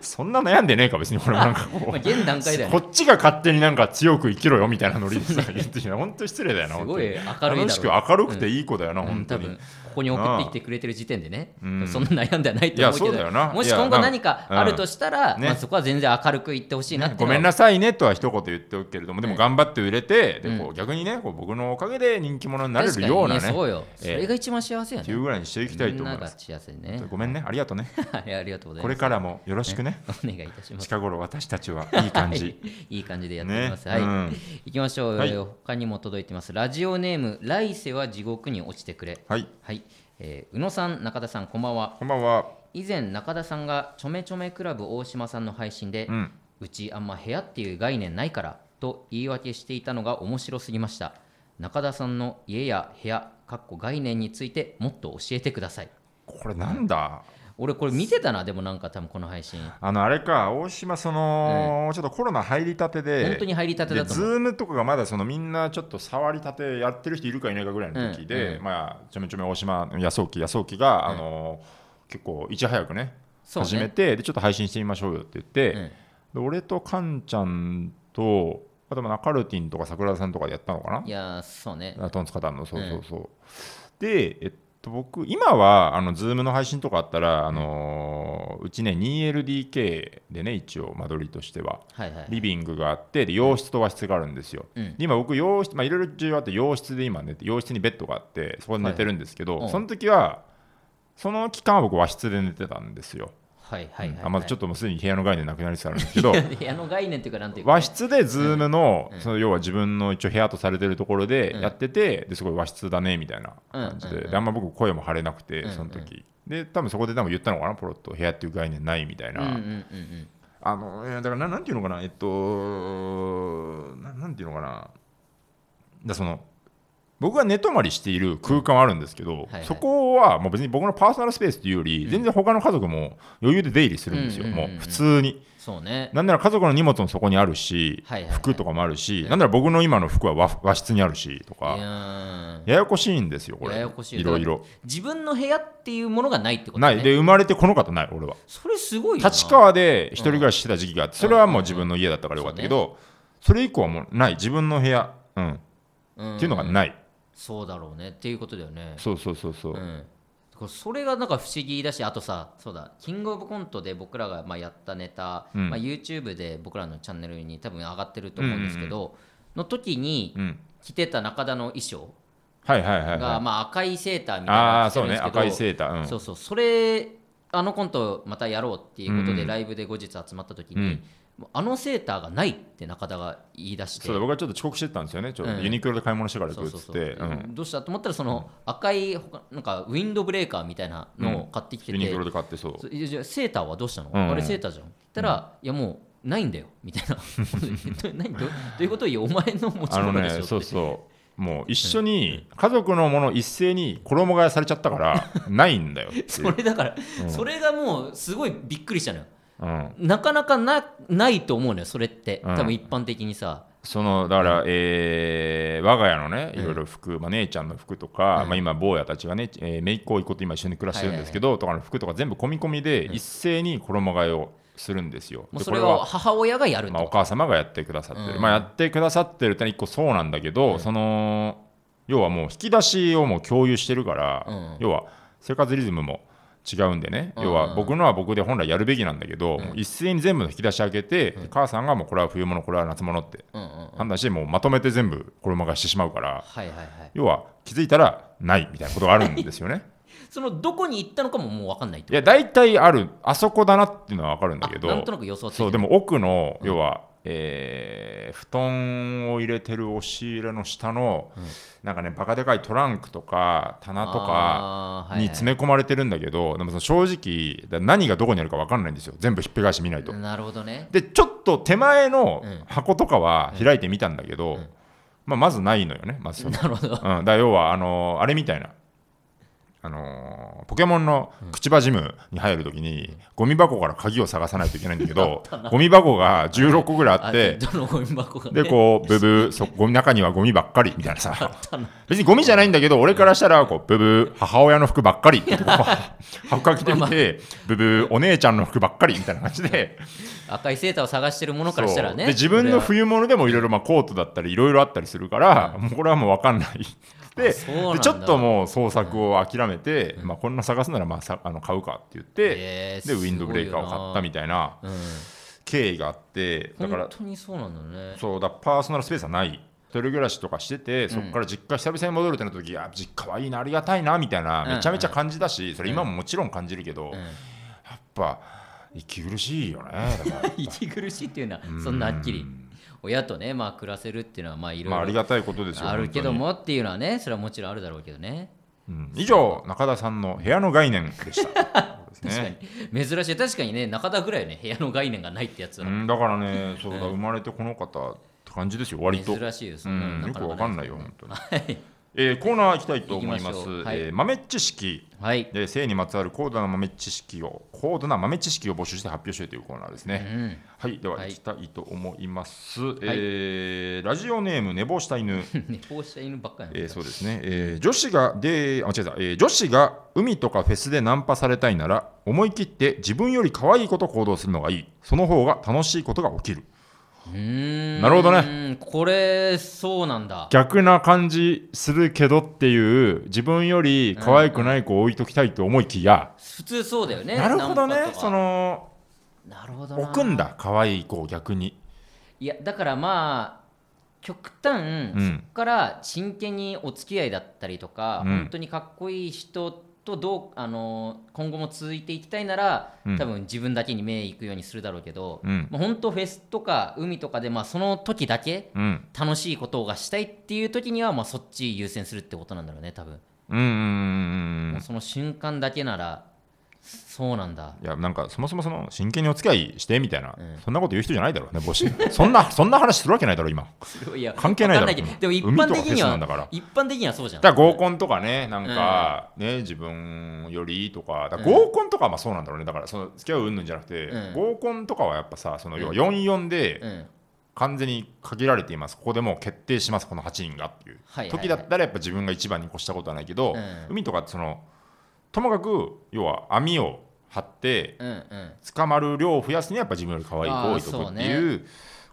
Speaker 2: そんな悩んでねえか別に俺もなんかこ
Speaker 1: まあ
Speaker 2: う
Speaker 1: 現段階だよ
Speaker 2: こ
Speaker 1: ね
Speaker 2: っちが勝手になんか強く生きろよみたいなノリでさ 言ってきた本当に失礼だよな
Speaker 1: すごい明るいだろう
Speaker 2: 楽しく明るくていい子だよな、
Speaker 1: うん
Speaker 2: 本当
Speaker 1: 多
Speaker 2: に、
Speaker 1: 分ここに送ってきてくれてる時点でね
Speaker 2: うん
Speaker 1: そんな悩んではないと思う
Speaker 2: いやそう
Speaker 1: け
Speaker 2: だよ
Speaker 1: ど
Speaker 2: な
Speaker 1: もし
Speaker 2: いや
Speaker 1: 今後
Speaker 2: まあ
Speaker 1: 何かあるとしたら
Speaker 2: うんね
Speaker 1: まあそこは全然明るく言ってほしいなって
Speaker 2: ごめん
Speaker 1: さ
Speaker 2: なさいねとは一言言っておくけれどもでも頑張って売れて、
Speaker 1: うん
Speaker 2: でこう逆にねこう僕のおかげで人気者に
Speaker 1: い
Speaker 2: なれるようなね
Speaker 1: そうよそ
Speaker 2: ええ
Speaker 1: れが一番幸せや
Speaker 2: って
Speaker 1: ね
Speaker 2: いうぐらいにしていきたい
Speaker 1: み
Speaker 2: と
Speaker 1: ん
Speaker 2: 思い
Speaker 1: な
Speaker 2: ま
Speaker 1: が
Speaker 2: す
Speaker 1: 幸せにね
Speaker 2: ごめんねありがとうね
Speaker 1: はい ありがとうござい
Speaker 2: こ
Speaker 1: ます
Speaker 2: れからもよろしくね
Speaker 1: お願いいたします
Speaker 2: 近頃私たちはいい感じ、
Speaker 1: いい感じでやってみます。
Speaker 2: ね
Speaker 1: はい、
Speaker 2: うん
Speaker 1: 行きましょう、
Speaker 2: はい
Speaker 1: 他にも届いてます。ラジオネーム、来世は地獄に落ちてくれ。
Speaker 2: はい
Speaker 1: はい、えー宇野さん、中田さん、こんばんは。
Speaker 2: こんばんは
Speaker 1: 以前、中田さんがちょめちょめクラブ大島さんの配信で、
Speaker 2: う
Speaker 1: うんちあんま部屋っていう概念ないからと言い訳していたのが面白すぎました。中田さんの家や部屋、かっこ概念についてもっと教えてください。
Speaker 2: これなんだ
Speaker 1: 俺、これ見てたな、でもなんか多分この配信。
Speaker 2: あのあれか大島その、ちょっとコロナ入りたてで
Speaker 1: 本当に入りたてだ
Speaker 2: で
Speaker 1: と
Speaker 2: ズ
Speaker 1: 思う。
Speaker 2: ームとかがまだそのみんなちょっと触りたてやってる人いるかいないかぐらいの時で、
Speaker 1: うんうん
Speaker 2: まあちょめちょめ大島安沖安沖が、あの結構いち早くね
Speaker 1: そうね
Speaker 2: 始めてでちょっと配信してみましょうよって言って、
Speaker 1: うん
Speaker 2: で俺とカンちゃんとあとまあカルティンとか桜田さんとかでやったのかない
Speaker 1: やー、そうね。
Speaker 2: あトンツカタンのそう
Speaker 1: うん
Speaker 2: そうそう、でえっと僕今はあのズームの配信とかあったらあのーうちね 2LDK でね一応間取りとしては
Speaker 1: はいはい。
Speaker 2: リビングがあってで洋室と和室があるんですよ、
Speaker 1: うん
Speaker 2: で今僕洋室まあいろいろ重要あって洋室で今寝て洋室にベッドがあってそこで寝てるんですけど、
Speaker 1: はいはいうん
Speaker 2: その時はその期間は僕和室で寝てたんですよ、
Speaker 1: はいはいはい、はい
Speaker 2: あまずちょっともうすでに部屋の概念なくなりつつあるんですけど
Speaker 1: 部屋の概念というか、なんていうか、
Speaker 2: 和室でズームの,、
Speaker 1: うん
Speaker 2: その要は自分の一応部屋とされてるところで
Speaker 1: うん
Speaker 2: やってて、ですごい和室だねみたいな感じで,、
Speaker 1: うんうんうん
Speaker 2: であんま僕声も張れなくて、
Speaker 1: うんうん
Speaker 2: その時で多分そこで多分言ったのかなポロッと部屋っていう概念ないみたいな、
Speaker 1: うんうんうん
Speaker 2: あのいやだからななんていうのかなえっとななんていうのかなだその僕が寝泊まりしている空間はあるんですけど、
Speaker 1: はいはい
Speaker 2: そこはもう別に僕のパーソナルスペースというより、全然他の家族も余裕で出入りするんですよ、
Speaker 1: うんうんうんうん
Speaker 2: もう普通
Speaker 1: う
Speaker 2: に。
Speaker 1: ん。そうね。
Speaker 2: なんなら家族の荷物もそこにあるし、
Speaker 1: はいはいはい
Speaker 2: 服とかもあるし、なんなら僕の今の服は和和室にあるしと
Speaker 1: いや
Speaker 2: か、
Speaker 1: ー
Speaker 2: ややこしいんですよ、これ。
Speaker 1: ややこしい
Speaker 2: ろいろ。
Speaker 1: 自分の部屋っていうものがないってこと
Speaker 2: な
Speaker 1: ね。
Speaker 2: い、で、生まれてこの方ない、俺は。
Speaker 1: それすごいよな。
Speaker 2: 立川で一人暮らししてた時期があって、それはもう自分の家だったからよかったけど、それ以降はもうない、自分の部屋、うん、っ
Speaker 1: って
Speaker 2: いうのが
Speaker 1: い。
Speaker 2: ない。
Speaker 1: そうだろうね。っていうことだよね。
Speaker 2: そうそうそうそう
Speaker 1: う。ん。これそれがなんか不思議だし、あとさ、そうだ、キングオブコントで僕らがまあやったネタ、
Speaker 2: うん
Speaker 1: まあ、YouTube で僕らのチャンネルに多分上がってると思うんですけど、の時に
Speaker 2: うん。
Speaker 1: 着てた中田の衣装
Speaker 2: はいはいはい、
Speaker 1: が、
Speaker 2: は
Speaker 1: まあ、赤いセーターみ
Speaker 2: い。
Speaker 1: たいなの
Speaker 2: ああ、
Speaker 1: 着て
Speaker 2: そ
Speaker 1: るで
Speaker 2: うんね、
Speaker 1: すけど、
Speaker 2: 赤いセーター。うん、
Speaker 1: そうそうそれあのコントまたやろうっていうこと
Speaker 2: うんう
Speaker 1: で
Speaker 2: ん
Speaker 1: ライブで後日集まった時に、
Speaker 2: うん
Speaker 1: もうあのセーターがないって中田が言い出して
Speaker 2: そうだ僕はちょっと遅刻してたんですよね、ちょっ
Speaker 1: うん
Speaker 2: とユニクロで買い物してから
Speaker 1: そ
Speaker 2: 行く
Speaker 1: う
Speaker 2: っ
Speaker 1: そう
Speaker 2: つっ
Speaker 1: そう
Speaker 2: て、うん
Speaker 1: どうしたと思ったらその赤いほかなんかウィンドブレーカーみたいなのを買ってきて
Speaker 2: ユニ
Speaker 1: て、
Speaker 2: クロで買ってそう。
Speaker 1: そういやいやセーターはどうしたの、
Speaker 2: うんうん
Speaker 1: あれセーターじゃんって言ったら、いやもうないんだよみたいな 何どどういうことを言うお前の持ち
Speaker 2: あの
Speaker 1: 物でしょ
Speaker 2: ね、
Speaker 1: って
Speaker 2: そうそう、もう一緒に家族のもの一斉に衣替えされちゃっ たから、ないんだよっていう。
Speaker 1: それだから、
Speaker 2: うん
Speaker 1: それがもうすごいびっくりしたのよ
Speaker 2: うん、
Speaker 1: なかなかなないと思うのよそれって
Speaker 2: うん
Speaker 1: 多分一般的にさ、
Speaker 2: そのだから、えー我が家のね、いろいろ服、まあ、姉ちゃんの服とか、
Speaker 1: うん
Speaker 2: まあ、今、坊やたちがね、えー、姪っ子、甥っ子と今一緒に暮らしてるんですけど、とかの服とか全部込み込みで、一斉に衣替えをするんですよ。
Speaker 1: もう
Speaker 2: で
Speaker 1: そ
Speaker 2: こ
Speaker 1: れは母親がやるって
Speaker 2: まあ、お
Speaker 1: こと
Speaker 2: 母様がやってくださってる、
Speaker 1: うん
Speaker 2: まあ、やってくださってるってのは一個そうなんだけど、
Speaker 1: うん
Speaker 2: その要はもう引き出しをもう共有してるから、
Speaker 1: うん
Speaker 2: 要は生活リズムも違うんでね、
Speaker 1: うん
Speaker 2: 要は僕のは僕で本来やるべきなんだけど、
Speaker 1: うん
Speaker 2: もう一斉に全部の引き出し開けて、母さんがもうこれは冬物これは夏物って
Speaker 1: うんうんうん
Speaker 2: 判断してもうまとめて全部衣替えしてしまうから
Speaker 1: はいはいはい
Speaker 2: 要は気づいたらないみたいなことがあるんですよ ね。
Speaker 1: そのどこに行ったのかももう分かんないって
Speaker 2: いや大体あるあそこだなっていうのは分かるんだ
Speaker 1: あ
Speaker 2: けど
Speaker 1: なんとなく予想ついて
Speaker 2: そうで
Speaker 1: も
Speaker 2: も奥の要は、えー布団を入れてる押し入れの下の、
Speaker 1: うん
Speaker 2: なんかねバカでかいトランクとか棚とか
Speaker 1: か
Speaker 2: に詰め込まれてるんだけど、でもその正直だ何がどこにあるか分かんないんですよ全部ひっぺ返してみないと。
Speaker 1: なるほどね
Speaker 2: でちょっと手前の
Speaker 1: うん
Speaker 2: 箱とかは開いてみたんだけど、
Speaker 1: うん
Speaker 2: まあ、まずないのよねまずその
Speaker 1: なるほど
Speaker 2: うん、だから要はあのーあれみたいな、あのーポケモンのくちばジムに入るときに、ゴミ箱から鍵を探さないといけないんだ けどゴミ箱が16個ぐらいあって
Speaker 1: どのゴミ箱がね
Speaker 2: でこうブブーそゴミ中にはゴミばっかりみたいな
Speaker 1: あ
Speaker 2: さ
Speaker 1: ったな
Speaker 2: 別にゴミじゃないんだけど俺からしたらこうブブー母親の服ばっかりってこう 箱かけてみてブブーお姉ちゃんの服ばっかりみたいな感じで
Speaker 1: 赤いセーターを探してるものからしたら
Speaker 2: そうで
Speaker 1: ね
Speaker 2: 自分の冬物でもいろいろまあコートだったりいろいろあったりするから、もうこれはもう分かんないで
Speaker 1: あそうなんだ
Speaker 2: でちょっともう創作を諦めて、まあ、こんな探すならまあさあの買うかって言って、
Speaker 1: で
Speaker 2: でウィンドブレーカーを買ったみ
Speaker 1: た
Speaker 2: たいない
Speaker 1: な、
Speaker 2: 経緯があって
Speaker 1: う
Speaker 2: だ
Speaker 1: ん、
Speaker 2: から
Speaker 1: 本当にそうなんだ ね
Speaker 2: そうだパーソナルスペースはない一人暮らしとかしててそこから実家久々に戻るってなった時、いや実家はいいなありがたいなみたいな
Speaker 1: うん
Speaker 2: めちゃめちゃ感じたし、それ今ももちろん感じるけど、
Speaker 1: う
Speaker 2: やっ
Speaker 1: ん
Speaker 2: ぱ息苦しいよねだから
Speaker 1: 息苦しいっていうのはそんなはっき
Speaker 2: う
Speaker 1: り
Speaker 2: ん
Speaker 1: 親とねまあ暮らせるっていうのはまあいろ
Speaker 2: まあ、あ
Speaker 1: い
Speaker 2: り
Speaker 1: ろ
Speaker 2: がたいことですよ
Speaker 1: あるけど
Speaker 2: 本当に
Speaker 1: もっていうのはねそれはもちろんあるだろうけどね
Speaker 2: うん以上中田さんの部屋の概念でしたそうで
Speaker 1: 確
Speaker 2: す
Speaker 1: か
Speaker 2: ね
Speaker 1: に珍しい確かにね中田ぐらいね部屋の概念がないってやつ
Speaker 2: う
Speaker 1: は
Speaker 2: んだからねそうだ生まれてこの方って感じですよ割と
Speaker 1: 珍しいです
Speaker 2: う
Speaker 1: ね
Speaker 2: んよくわかんない
Speaker 1: よ
Speaker 2: よ本当にえーコーナー行きたいと思いま
Speaker 1: 行き
Speaker 2: す
Speaker 1: ましょうはい
Speaker 2: えー豆知識
Speaker 1: はい、
Speaker 2: で性にまつわる高度な豆知識を高度な豆知識を募集して発表しようというコーナーです
Speaker 1: う
Speaker 2: ね
Speaker 1: ん、
Speaker 2: はいでは
Speaker 1: はい
Speaker 2: 行きたいと思いますえーラジオネーム寝坊した犬
Speaker 1: 寝坊した犬ばっかりなん
Speaker 2: えー
Speaker 1: だ
Speaker 2: そうですね、えー女子がであ間違えた、えー女子が海とかフェスでナンパされたいなら思い切って自分より可愛いこと行動するのがいいその方が楽しいことが起きる
Speaker 1: うーん
Speaker 2: なるほど
Speaker 1: ねこれそうなんだ
Speaker 2: 逆な感じするけどっていう自分より可愛くない子を置いときたいと思いきや、
Speaker 1: 普通そうだよね
Speaker 2: なるほ
Speaker 1: ナ
Speaker 2: ど
Speaker 1: ンパ
Speaker 2: ね
Speaker 1: とか
Speaker 2: その
Speaker 1: なるほどな
Speaker 2: 置くんだ可愛い子を逆に
Speaker 1: いやだからまあ極端、
Speaker 2: ん
Speaker 1: そこから真剣にお付き合いだったりとか、
Speaker 2: うん
Speaker 1: 本当にかっこいい人とどうあの今後も続いていきたいなら、
Speaker 2: うん
Speaker 1: 多分自分だけに目いくようにするだろうけど、
Speaker 2: うん
Speaker 1: まあ本当フェスとか海とかで、まあ、その時だけ
Speaker 2: うん
Speaker 1: 楽しいことがしたいっていう時には、まあ、そっち優先するってことなんだろうね多分、
Speaker 2: うんうんうんうん
Speaker 1: も
Speaker 2: うん
Speaker 1: うその瞬間だけならそうなんだ
Speaker 2: いやなんかそもそもその真剣にお付き合いしてみたいな、
Speaker 1: うん
Speaker 2: そんなこと言う人じゃないだろうね帽子そんなそんな話するわけないだろ今
Speaker 1: いや
Speaker 2: 関係ないだろ
Speaker 1: わかんけどでも一
Speaker 2: 海と
Speaker 1: 般
Speaker 2: か
Speaker 1: 的に
Speaker 2: フェスなんだか
Speaker 1: は
Speaker 2: ら
Speaker 1: 一般的にはそうじゃん
Speaker 2: だから合コンとかね、なんか、ね、自分よりとか、だから
Speaker 1: うん
Speaker 2: 合コンとかはまあそうなんだろうね、だからその付き合う云々じゃなくて、
Speaker 1: うん
Speaker 2: 合コンとかはやっぱさ、その
Speaker 1: うん
Speaker 2: 要は44
Speaker 1: う
Speaker 2: で
Speaker 1: ん
Speaker 2: 完全に限られています、ここでもう決定します、この8人がっていう、
Speaker 1: はいはいはい
Speaker 2: 時だったらやっぱ自分が一番に越したことはないけど、
Speaker 1: うん
Speaker 2: 海とかってその、ともかく要は網を張って、
Speaker 1: うんうん
Speaker 2: 捕まる量を増やすにはやっぱ自分より可愛い子を置いとくって
Speaker 1: あー
Speaker 2: いう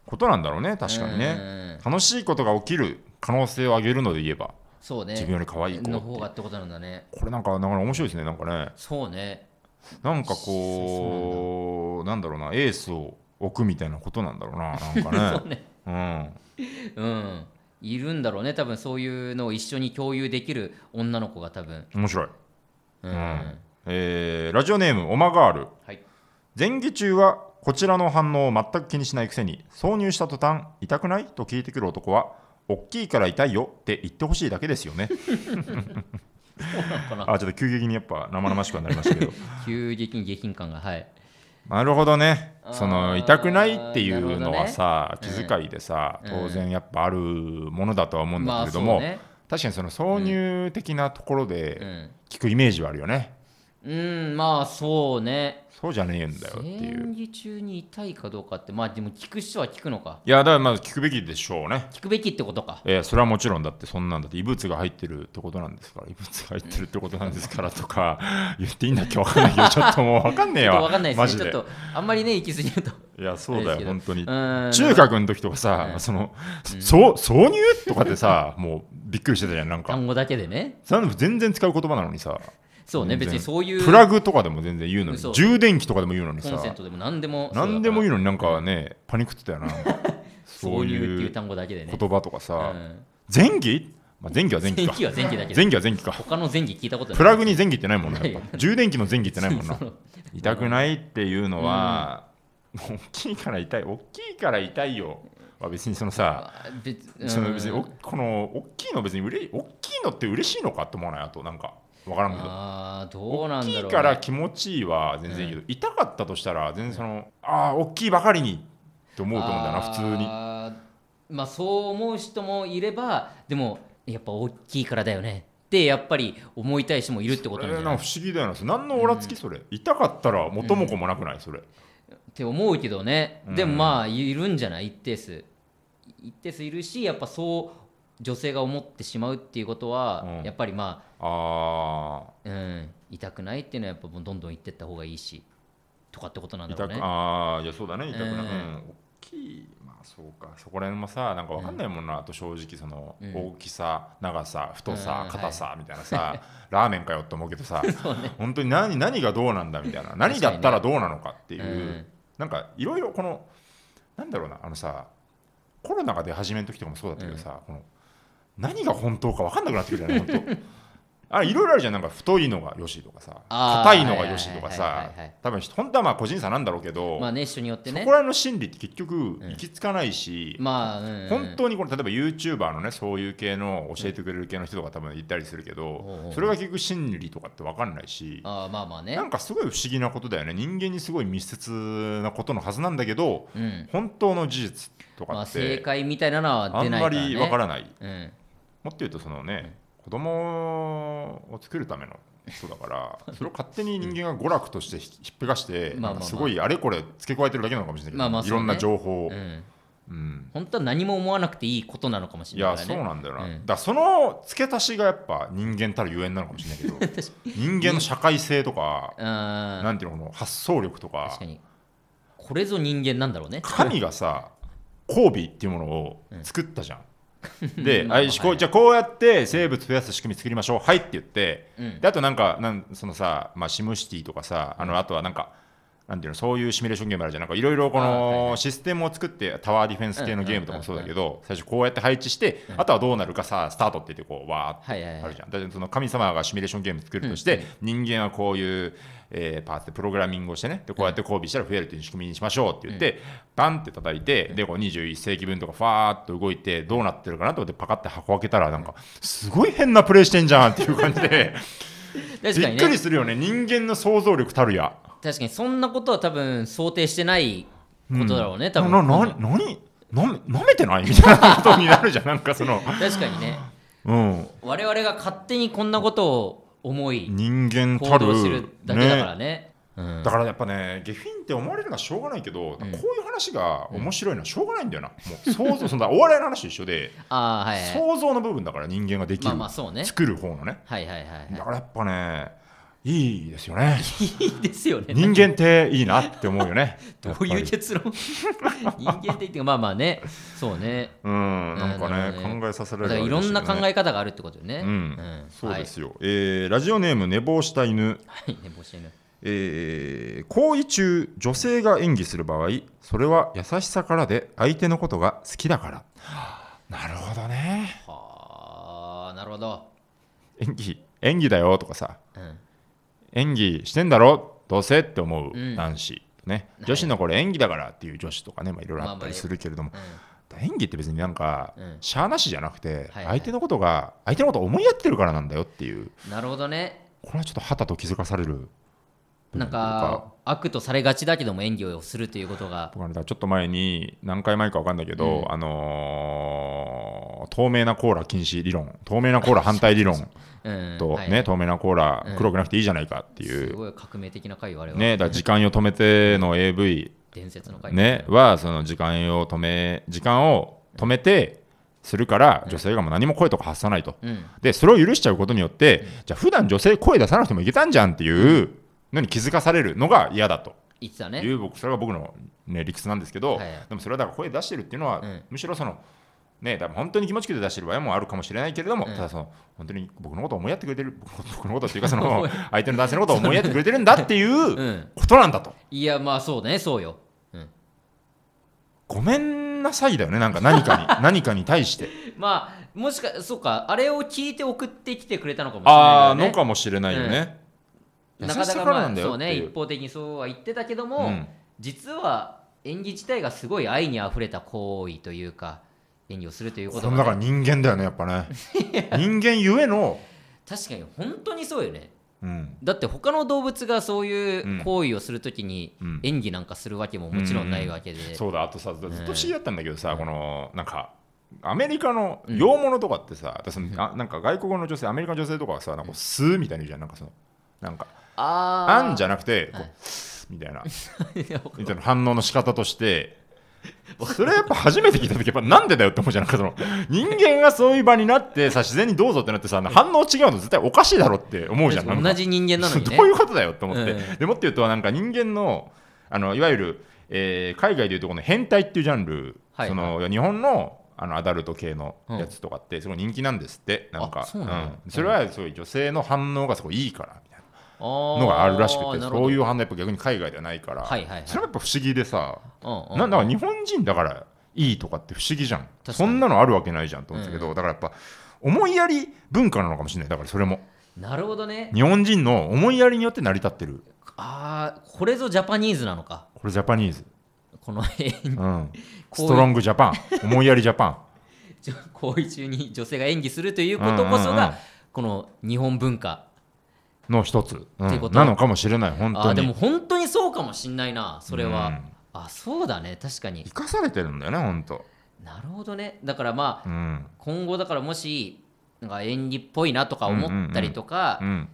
Speaker 2: ことなんだろうね、確かに
Speaker 1: うん
Speaker 2: ね。
Speaker 1: うんうん
Speaker 2: 楽しいことが起きる可能性を上げるので言えば、
Speaker 1: そうね
Speaker 2: 自分より可愛い子を
Speaker 1: の
Speaker 2: っていう
Speaker 1: 方がってことなんだね
Speaker 2: これなんか、だから面白いですね、なんかね。
Speaker 1: そうね
Speaker 2: なんかこう、なんだろうな、エースを置くみたいなことなんだろうな、なん かね。
Speaker 1: うんいるんだろうね多分そういうのを一緒に共有できる女の子が多分
Speaker 2: うん、面白い。
Speaker 1: うん、
Speaker 2: うんえーラジオネーム、オマガール。
Speaker 1: はい
Speaker 2: 前期中はこちらの反応を全く気にしないくせに、挿入した途端、痛くないと聞いてくる男は、大きいから痛いよって言ってほしいだけです よね。
Speaker 1: そうなのかな
Speaker 2: あ、ちょっと急激にやっぱ生々しくはなりましたけど。
Speaker 1: 急激に下品感がはい
Speaker 2: なるほどね
Speaker 1: あー
Speaker 2: その痛くないっていうのは
Speaker 1: な
Speaker 2: さ、
Speaker 1: るほどね
Speaker 2: 気遣いでさ、
Speaker 1: うん
Speaker 2: 当然やっぱあるものだとは思うんだ
Speaker 1: ま
Speaker 2: け
Speaker 1: あ
Speaker 2: れ
Speaker 1: そ
Speaker 2: ど
Speaker 1: う
Speaker 2: も、
Speaker 1: ね
Speaker 2: 確かにその挿入的なところ
Speaker 1: う
Speaker 2: で
Speaker 1: ん
Speaker 2: 聞くイメージはあるよね、
Speaker 1: うんまあそうね
Speaker 2: そうじゃねえんだよっていう
Speaker 1: 戦時中に痛いかどうかってまあでも聞く人は聞くのか
Speaker 2: いやだからまあ聞くべきでしょうね
Speaker 1: 聞くべきってことか
Speaker 2: えーそれはもちろんだってそんなんだって異物が入ってるってことなんですから異物が入ってるってことなんですからとか言っていいんだっけわかんないけどちょっともうわかん ね
Speaker 1: ち
Speaker 2: え
Speaker 1: ょっ
Speaker 2: わ
Speaker 1: とわかんないで
Speaker 2: マ
Speaker 1: す
Speaker 2: ジ
Speaker 1: ねちょっ
Speaker 2: で
Speaker 1: とあんまりね行き過ぎると
Speaker 2: いやそうだよ本当に中
Speaker 1: 中
Speaker 2: 学の時とかさ、
Speaker 1: うん
Speaker 2: その、そう挿入とかってさもうびっくりしてたじゃんなんか
Speaker 1: 単語だけでね
Speaker 2: なんか全然使う言葉なのにさ
Speaker 1: そうね
Speaker 2: 全然
Speaker 1: 別にそういう
Speaker 2: プラグとかでも全然言うのに
Speaker 1: 嘘
Speaker 2: 充電器とかでも言うのに
Speaker 1: コ
Speaker 2: さ
Speaker 1: ンセントでも何でもそうだから
Speaker 2: 何でも言うのになんかねパニックってたよな そ
Speaker 1: 挿
Speaker 2: う
Speaker 1: 入って
Speaker 2: い
Speaker 1: いうう単語だけでね
Speaker 2: 言葉とかさ、
Speaker 1: うん
Speaker 2: 前期、まあ、前期は前期
Speaker 1: 前
Speaker 2: か
Speaker 1: 期は前期だけで
Speaker 2: 前期は前期か
Speaker 1: 他の前期聞いたことない
Speaker 2: プラグに前期ってないもんな、やっ
Speaker 1: な
Speaker 2: ぱ充電器の前期ってないもんな
Speaker 1: そ。う
Speaker 2: 痛くないっていうのは、大きいから痛い、大きいから痛いよ。は別にそのさ、
Speaker 1: あ別うん
Speaker 2: その別におこの大きいの別にうれ大きいのって嬉しいのかって思わないあとなんか分からんけど。
Speaker 1: あーどうな
Speaker 2: 大
Speaker 1: ん
Speaker 2: き
Speaker 1: だろう
Speaker 2: い
Speaker 1: ね
Speaker 2: から気持ちいいは全然いいけど、痛かったとしたら全然その、ああ大きいばかりにって思うと思うんだよな普通に
Speaker 1: あーまあそう思う人もいればでもやっぱ大きいからだよねってやっぱり思いたい人もいるってこと
Speaker 2: え
Speaker 1: なん
Speaker 2: ー
Speaker 1: じゃ
Speaker 2: な
Speaker 1: ない
Speaker 2: んか不思議だよなそれ何のオラつきそれ、痛かったら元も子もなくないそれ、
Speaker 1: って思うけどね、
Speaker 2: うん
Speaker 1: でもまあいるんじゃない一定数一定数いるしやっぱそう女性が思ってしまうっていうことは、
Speaker 2: うん
Speaker 1: やっぱりま
Speaker 2: ああ
Speaker 1: あ、うん、痛くないっていうのはやっぱもうどんどん言ってった方がいいしとかってことなんだろ
Speaker 2: 痛
Speaker 1: う
Speaker 2: く
Speaker 1: ね
Speaker 2: ああいやそうだね痛くな、
Speaker 1: うん
Speaker 2: うん大きいまあそうかそこら辺もさなんかわかんないもんな、あと正直その、
Speaker 1: うん
Speaker 2: 大きさ長さ太さ、
Speaker 1: うん
Speaker 2: 硬さ、みたいなさ ラーメンかよって思うけどさ
Speaker 1: そうね
Speaker 2: 本当に何何がどうなんだみたいな
Speaker 1: かに
Speaker 2: 何
Speaker 1: ね
Speaker 2: だったらどうなのかっていう、
Speaker 1: うん
Speaker 2: なんかいろいろこのなんだろうなあのさコロナが出始めの時とかもそうだったけどさ、この何が本当か分かんなくなってくるよね本当 あいろいろあるじゃんなんか太いのがよしとかさ
Speaker 1: あー
Speaker 2: 硬いのがよしと
Speaker 1: はい
Speaker 2: か
Speaker 1: はい
Speaker 2: さ
Speaker 1: はいはい
Speaker 2: 多分本当はまあ個人差なんだろうけど、
Speaker 1: まあね人によって
Speaker 2: そ
Speaker 1: ね
Speaker 2: こら辺の心理って結局行き着かないし、
Speaker 1: まあ、うんうん、
Speaker 2: 本当にこれ例えば YouTuber のねそういう系の教えてくれる系の人とか多分いたりするけ
Speaker 1: おうお
Speaker 2: ど
Speaker 1: う
Speaker 2: それが結局心理とかって分かんないし
Speaker 1: あーまあまあね
Speaker 2: なんかすごい不思議なことだよね人間にすごい密接なことのはずなんだけど
Speaker 1: うん
Speaker 2: 本当の事実と
Speaker 1: ま
Speaker 2: か
Speaker 1: あ、
Speaker 2: っ
Speaker 1: 正
Speaker 2: て
Speaker 1: 解みたいなのは
Speaker 2: あ
Speaker 1: 出
Speaker 2: ん
Speaker 1: ない
Speaker 2: ま
Speaker 1: から、ね、
Speaker 2: り分からない
Speaker 1: うん、
Speaker 2: もっと言うとそのね子供を作るための人だか らそれを勝手に人間が娯楽としてひひっぺがして
Speaker 1: まあまあまあ
Speaker 2: なんかすごいあれこれ付け加えてるだけなのかもしれ
Speaker 1: ま
Speaker 2: な
Speaker 1: あ
Speaker 2: い
Speaker 1: まあ
Speaker 2: けどいろんな
Speaker 1: そう
Speaker 2: 情報を
Speaker 1: う。ん、
Speaker 2: うん
Speaker 1: 本当は何も思わなくていいことなのかもし
Speaker 2: い
Speaker 1: れな
Speaker 2: や
Speaker 1: いからね
Speaker 2: そうなんだよな、
Speaker 1: うん
Speaker 2: だからその付け足しがやっぱ人間たるゆえんなのかもしれない けど人間の社会性とか、
Speaker 1: うん
Speaker 2: なんていうのこの発想力とか
Speaker 1: 確かにこれぞ人間なんだろうね
Speaker 2: 神がさ交尾っていうものを作ったじゃん、で、
Speaker 1: まあ
Speaker 2: あいしこうじゃあこうやって生物増やす仕組み作りましょうはいって言って、
Speaker 1: うん
Speaker 2: であとなんかなんそのさ、まあ、シムシティとかさあのあとはなんかなんていうのそういうシミュレーションゲームあるじゃんなんかいろいろ
Speaker 1: あ
Speaker 2: こ
Speaker 1: はいは
Speaker 2: の
Speaker 1: い
Speaker 2: システムを作ってタワーディフェンス系のゲームとかもそうだけど最初こうやって配置してあとはどうなるかさスタートって言ってこうわーって
Speaker 1: はいはいはい
Speaker 2: あるじゃん。だからその神様がシミュレーションゲーム作るとして、人間はこういう、えーパーツでプログラミングをしてね、でこうやって交尾したら増えるという仕組みにしましょうって言って、バンって叩いて、でこう21世紀分とかファーっと動いて、どうなってるかなと思って、パカって箱開けたら、なんか、すごい変なプレイしてんじゃんっていう感じで、
Speaker 1: 確
Speaker 2: び
Speaker 1: か
Speaker 2: っ
Speaker 1: に
Speaker 2: くり
Speaker 1: ね
Speaker 2: するよね、人間の想像力たるや。
Speaker 1: 確かにそんなことは多分想定してないことだろうね、多分
Speaker 2: な、な、なに、なめ、なめてないみたいなことになるじゃん、なんかその、
Speaker 1: 確かにね
Speaker 2: うん、
Speaker 1: 我々が勝手にこんなことを思い
Speaker 2: 人間
Speaker 1: 行
Speaker 2: たる。
Speaker 1: 動してるだけだからねうん
Speaker 2: だからやっぱね、下品って思われるのはしょうがないけど、
Speaker 1: うん
Speaker 2: こういう話が面白いのはしょうがないんだよな。もう想像、そんなお笑いの話と一緒で、
Speaker 1: ああはいはい
Speaker 2: 想像の部分だから人間ができる、
Speaker 1: まあまあそうね
Speaker 2: 作る方のね。
Speaker 1: はいはいはい
Speaker 2: だ
Speaker 1: は
Speaker 2: からやっぱね、いいですよ ね。
Speaker 1: いいいですよね
Speaker 2: 人間っていいなって思うよね。
Speaker 1: どういう
Speaker 2: やっぱり
Speaker 1: 結 論人間的にまあまあねそうね
Speaker 2: うん、なんか
Speaker 1: なるほど
Speaker 2: ね、
Speaker 1: ね
Speaker 2: 考えさせら
Speaker 1: だ
Speaker 2: れ
Speaker 1: か
Speaker 2: る、
Speaker 1: らいろんな考え方があるってことよね
Speaker 2: うんそうで
Speaker 1: よ
Speaker 2: すよ、えーラジオネーム寝坊した犬
Speaker 1: はい寝坊してる
Speaker 2: えー行為中女性が演技する場合それは優しさからで相手のことが好きだからなるほどね
Speaker 1: はあなるほど、
Speaker 2: 演技演技だよとかさ
Speaker 1: うん、
Speaker 2: 演技してんだろどうせって思う
Speaker 1: うん
Speaker 2: 男子、ね
Speaker 1: い
Speaker 2: 女子のこれ演技だからっていう女子とかね、まあ、いろいろあった
Speaker 1: まあまあ
Speaker 2: りするけれども、演技って別になんか、
Speaker 1: うん
Speaker 2: しゃあなしじゃなくて、
Speaker 1: はいはい
Speaker 2: 相手のことが相手のことを思いやってるからなんだよっていう
Speaker 1: なるほどね
Speaker 2: これはちょっとはたと気づかされる
Speaker 1: なんか悪とされがちだけども演技をするということが
Speaker 2: 僕はねちょっと前に何回前か分かんないけど、あのー透明なコーラ禁止理論透明なコーラ反対理論
Speaker 1: うん
Speaker 2: と、
Speaker 1: はい
Speaker 2: ね透明なコーラ黒くなくていいじゃないかって
Speaker 1: す
Speaker 2: いう、
Speaker 1: ごい革命的な回我々は、
Speaker 2: ね、だから時間を止めての AV、
Speaker 1: 伝説の回
Speaker 2: ね、はその時間を止め時間を止めてするから女性がもう何も声とか発さないと、
Speaker 1: うん
Speaker 2: でそれを許しちゃうことによって、じゃあ普段女性声出さなくてもいけたんじゃんっていうのに気づかされるのが嫌だと
Speaker 1: 言ってた
Speaker 2: い
Speaker 1: ね
Speaker 2: う僕それが僕の、ね、理屈なんですけど、
Speaker 1: はい
Speaker 2: でもそれはだから声出してるっていうのは、
Speaker 1: うん
Speaker 2: むしろそのねだから本当に気持ちよく出してる場合もあるかもしれないけれども、
Speaker 1: うん
Speaker 2: ただその本当に僕のことを思いやってくれてる僕 の僕のことっていうか その相手の男性のことを思いやってくれてるんだっていう
Speaker 1: うん
Speaker 2: ことなんだと。
Speaker 1: いやまあそうねそうよ、うん、
Speaker 2: ごめんなさいだよねなんか何か に何かに対して
Speaker 1: まあもしかそうかあれを聞いて送ってきてくれたのかもしれ
Speaker 2: ああ
Speaker 1: ない
Speaker 2: の
Speaker 1: か
Speaker 2: かもしれないよね、
Speaker 1: らね
Speaker 2: 優
Speaker 1: な
Speaker 2: し
Speaker 1: かな
Speaker 2: さ
Speaker 1: か
Speaker 2: からな
Speaker 1: ま
Speaker 2: ん
Speaker 1: あ
Speaker 2: だよ
Speaker 1: そう
Speaker 2: って
Speaker 1: ね
Speaker 2: いう
Speaker 1: 一方的にそうは言ってたけども、
Speaker 2: うん
Speaker 1: 実は演技自体がすごい愛にあふれた行為というか演技をするというこ
Speaker 2: ことれ
Speaker 1: が
Speaker 2: も
Speaker 1: ね、
Speaker 2: だから人間だよねやっぱ ね人間ゆえの、
Speaker 1: 確かに本当にそうよね
Speaker 2: うん、
Speaker 1: だって他の動物がそういうんう行為をするときに
Speaker 2: うん
Speaker 1: 演技なんかするわけももちろんないわけで、
Speaker 2: そうだあとさずっと不
Speaker 1: ね
Speaker 2: 思議だったんだけどさ、このなんかアメリカの洋物とかってさ、私あなんか外国の女性アメリカの女性とかはさなんかこうスーみたいに言うじゃんなんかそのなんか
Speaker 1: あー
Speaker 2: あんじゃなくてこう、みたいなみたいな反応の仕方として それやっぱ初めて聞いた時やっぱなんでだよって思うじゃんなんかその人間がそういう場になってさ自然にどうぞってなってさ反応違うの絶対おかしいだろって思うじゃんなんか
Speaker 1: 同じ人間なのにね
Speaker 2: どういうことだよと思って、
Speaker 1: うん
Speaker 2: でもっていうとなんか人間のあのいわゆる、えー海外でいうとこの変態っていうジャンル、
Speaker 1: はい
Speaker 2: その日本のあのアダルト系のやつとかってすごい人気なんですって、なん
Speaker 1: あ
Speaker 2: か
Speaker 1: そうなんだ
Speaker 2: うんそれはそういう女性の反応がすごいいいからみたいな
Speaker 1: の
Speaker 2: のがあるらしくてそういうう反応やっぱ逆に海外ではないから、
Speaker 1: はいはいはい
Speaker 2: それはやっぱ不思議でさ、
Speaker 1: うんうん
Speaker 2: ななんか日本人だからいいとかって不思議じゃん
Speaker 1: かに
Speaker 2: そんなのあるわけないじゃんと思ってたけど、だからやっぱ思いやり文化なのかもしれないだからそれも
Speaker 1: なるほどね
Speaker 2: 日本人の思いやりによって成り立ってる
Speaker 1: ああこれぞジャパニーズなのか
Speaker 2: これジャパニーズ
Speaker 1: この演技
Speaker 2: うん、
Speaker 1: こういう
Speaker 2: ストロングジャパン、思いやりジャパン。
Speaker 1: 行為中に女性が演技するということこそ
Speaker 2: うんうんうん
Speaker 1: がこの日本文化
Speaker 2: の一つ、うん
Speaker 1: ってこと
Speaker 2: なのかもしれない、本
Speaker 1: あ
Speaker 2: 当
Speaker 1: ーで
Speaker 2: に。
Speaker 1: も本当にそうかもしんないなそれ
Speaker 2: う
Speaker 1: は
Speaker 2: ん
Speaker 1: あそうだね確かに
Speaker 2: 生かされてるんだよね、本当。
Speaker 1: なるほどねだからまあ
Speaker 2: うん。
Speaker 1: 今後だからもしなんか演技っぽいなとか思ったりとか
Speaker 2: うん。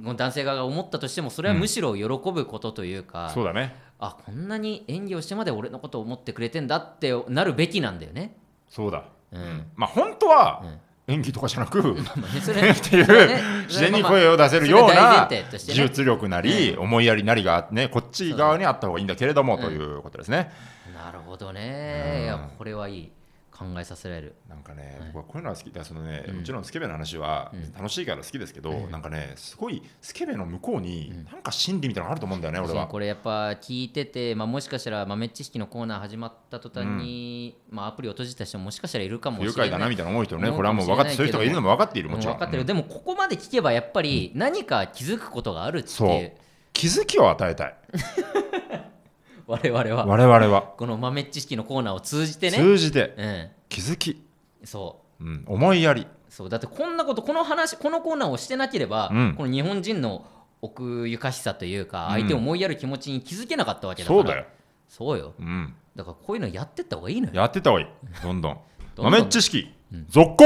Speaker 1: もう男性側が思ったとしてもそれはむしろ喜ぶことというか、
Speaker 2: そうだね。
Speaker 1: あこんなに演技をしてまで俺のことを思ってくれてんだってなるべきなんだよね。
Speaker 2: そうだ。
Speaker 1: うん
Speaker 2: まあ、本当は演技とかじゃな く、
Speaker 1: まあねそれ
Speaker 2: ってい
Speaker 1: それは
Speaker 2: う
Speaker 1: ね
Speaker 2: 自然に声を出せるよう
Speaker 1: それはまあ
Speaker 2: な
Speaker 1: それ大前提としてね
Speaker 2: 技術力なり思いやりなりがねこっち側にあった方がいいんだけれどもということですね
Speaker 1: なるほどね、
Speaker 2: うん
Speaker 1: いやこれはいい考えさせられる
Speaker 2: なんかね僕はこういうのは好きだからそのねもちろんスケベの話は
Speaker 1: うん
Speaker 2: 楽しいから好きですけど
Speaker 1: うん
Speaker 2: なんかねすごいスケベの向こうになんか心理みたいなのがあると思うんだよね俺
Speaker 1: そう
Speaker 2: は
Speaker 1: これやっぱ聞いてて、まあ、もしかしたら豆知識のコーナー始まった途端に、まあ、アプリを閉じた人ももしかしたらいるかも
Speaker 2: 不
Speaker 1: しれな
Speaker 2: 愉
Speaker 1: い
Speaker 2: 快だなみたいな思う人ね、
Speaker 1: うん
Speaker 2: これはもう分かって、
Speaker 1: か
Speaker 2: そ
Speaker 1: も
Speaker 2: ういう
Speaker 1: しれないけど
Speaker 2: 人がいるのも分かっている、もちろん。
Speaker 1: 分かって
Speaker 2: う
Speaker 1: る
Speaker 2: ん
Speaker 1: でもここまで聞けばやっぱり何か気づくことがあるって
Speaker 2: そ
Speaker 1: いうう、
Speaker 2: 気づきを与えたい、
Speaker 1: 我々は
Speaker 2: 我々は。
Speaker 1: この豆知識のコーナーを通じてね、
Speaker 2: 通じて、
Speaker 1: うん、
Speaker 2: 気づき、
Speaker 1: そ
Speaker 2: うん思いやり、
Speaker 1: うそうだってこんなことこの話このコーナーをしてなければ、
Speaker 2: うん
Speaker 1: この日本人の奥ゆかしさというか
Speaker 2: うん
Speaker 1: 相手を思いやる気持ちに気づけなかったわけだから、
Speaker 2: そうだよ、
Speaker 1: そうよ
Speaker 2: うん、
Speaker 1: だからこういうのやってった方がいいのよ
Speaker 2: やってた方がいい、どんどん。
Speaker 1: どんどん
Speaker 2: 豆知識、続行、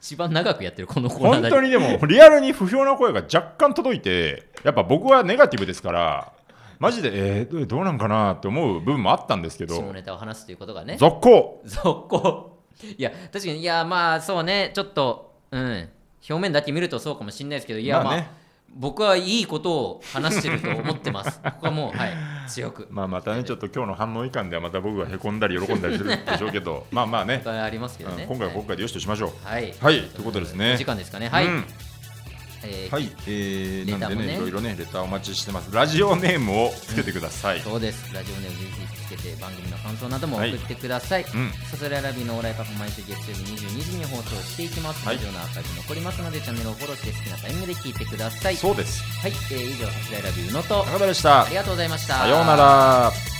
Speaker 1: 一番長くやって るこのコーナー
Speaker 2: 本
Speaker 1: だ
Speaker 2: 当にでも、リアルに不評な声が若干届いて、やっぱ僕はネガティブですから、マジで、えーどどうなんかなって思う部分もあったんですけ
Speaker 1: 下
Speaker 2: ど、
Speaker 1: ネタを話すということがね
Speaker 2: 続行、
Speaker 1: 続行いや確かにいやまあそうねちょっとうん表面だけ見るとそうかもしれないですけどいやまあ、
Speaker 2: まあね
Speaker 1: 僕はいいことを話してると思って ますここはもうはい強く
Speaker 2: まあ、またね、ちょっと今日の反応いかんでは、また僕がへこんだり喜んだりするでしょうけど、まあまあね
Speaker 1: お、互いありますけど
Speaker 2: うん
Speaker 1: ね、
Speaker 2: 今回は今回でよしとしましょう。
Speaker 1: はい、
Speaker 2: はいということですね
Speaker 1: お時間ですかねはい、
Speaker 2: うん
Speaker 1: えー
Speaker 2: はい、えー、
Speaker 1: レタ
Speaker 2: な
Speaker 1: ー
Speaker 2: ん
Speaker 1: も
Speaker 2: で
Speaker 1: ね
Speaker 2: ね、いろいろね、レターお待ちしてます。ラジオネームをつけてください。
Speaker 1: そうですラジオネームぜひつけて番組の感想なども送ってください、
Speaker 2: うん
Speaker 1: サスライラビのオーライパパ毎週月曜日22時に放送していきます、
Speaker 2: はい
Speaker 1: ラジオのアーカイブ残りますのでチャンネルをフォローして好きなタイミングで聞いてください
Speaker 2: そうです。
Speaker 1: はい、えー以上サスライラビ宇野と
Speaker 2: 中田でした。
Speaker 1: ありがとうございました
Speaker 2: さようなら。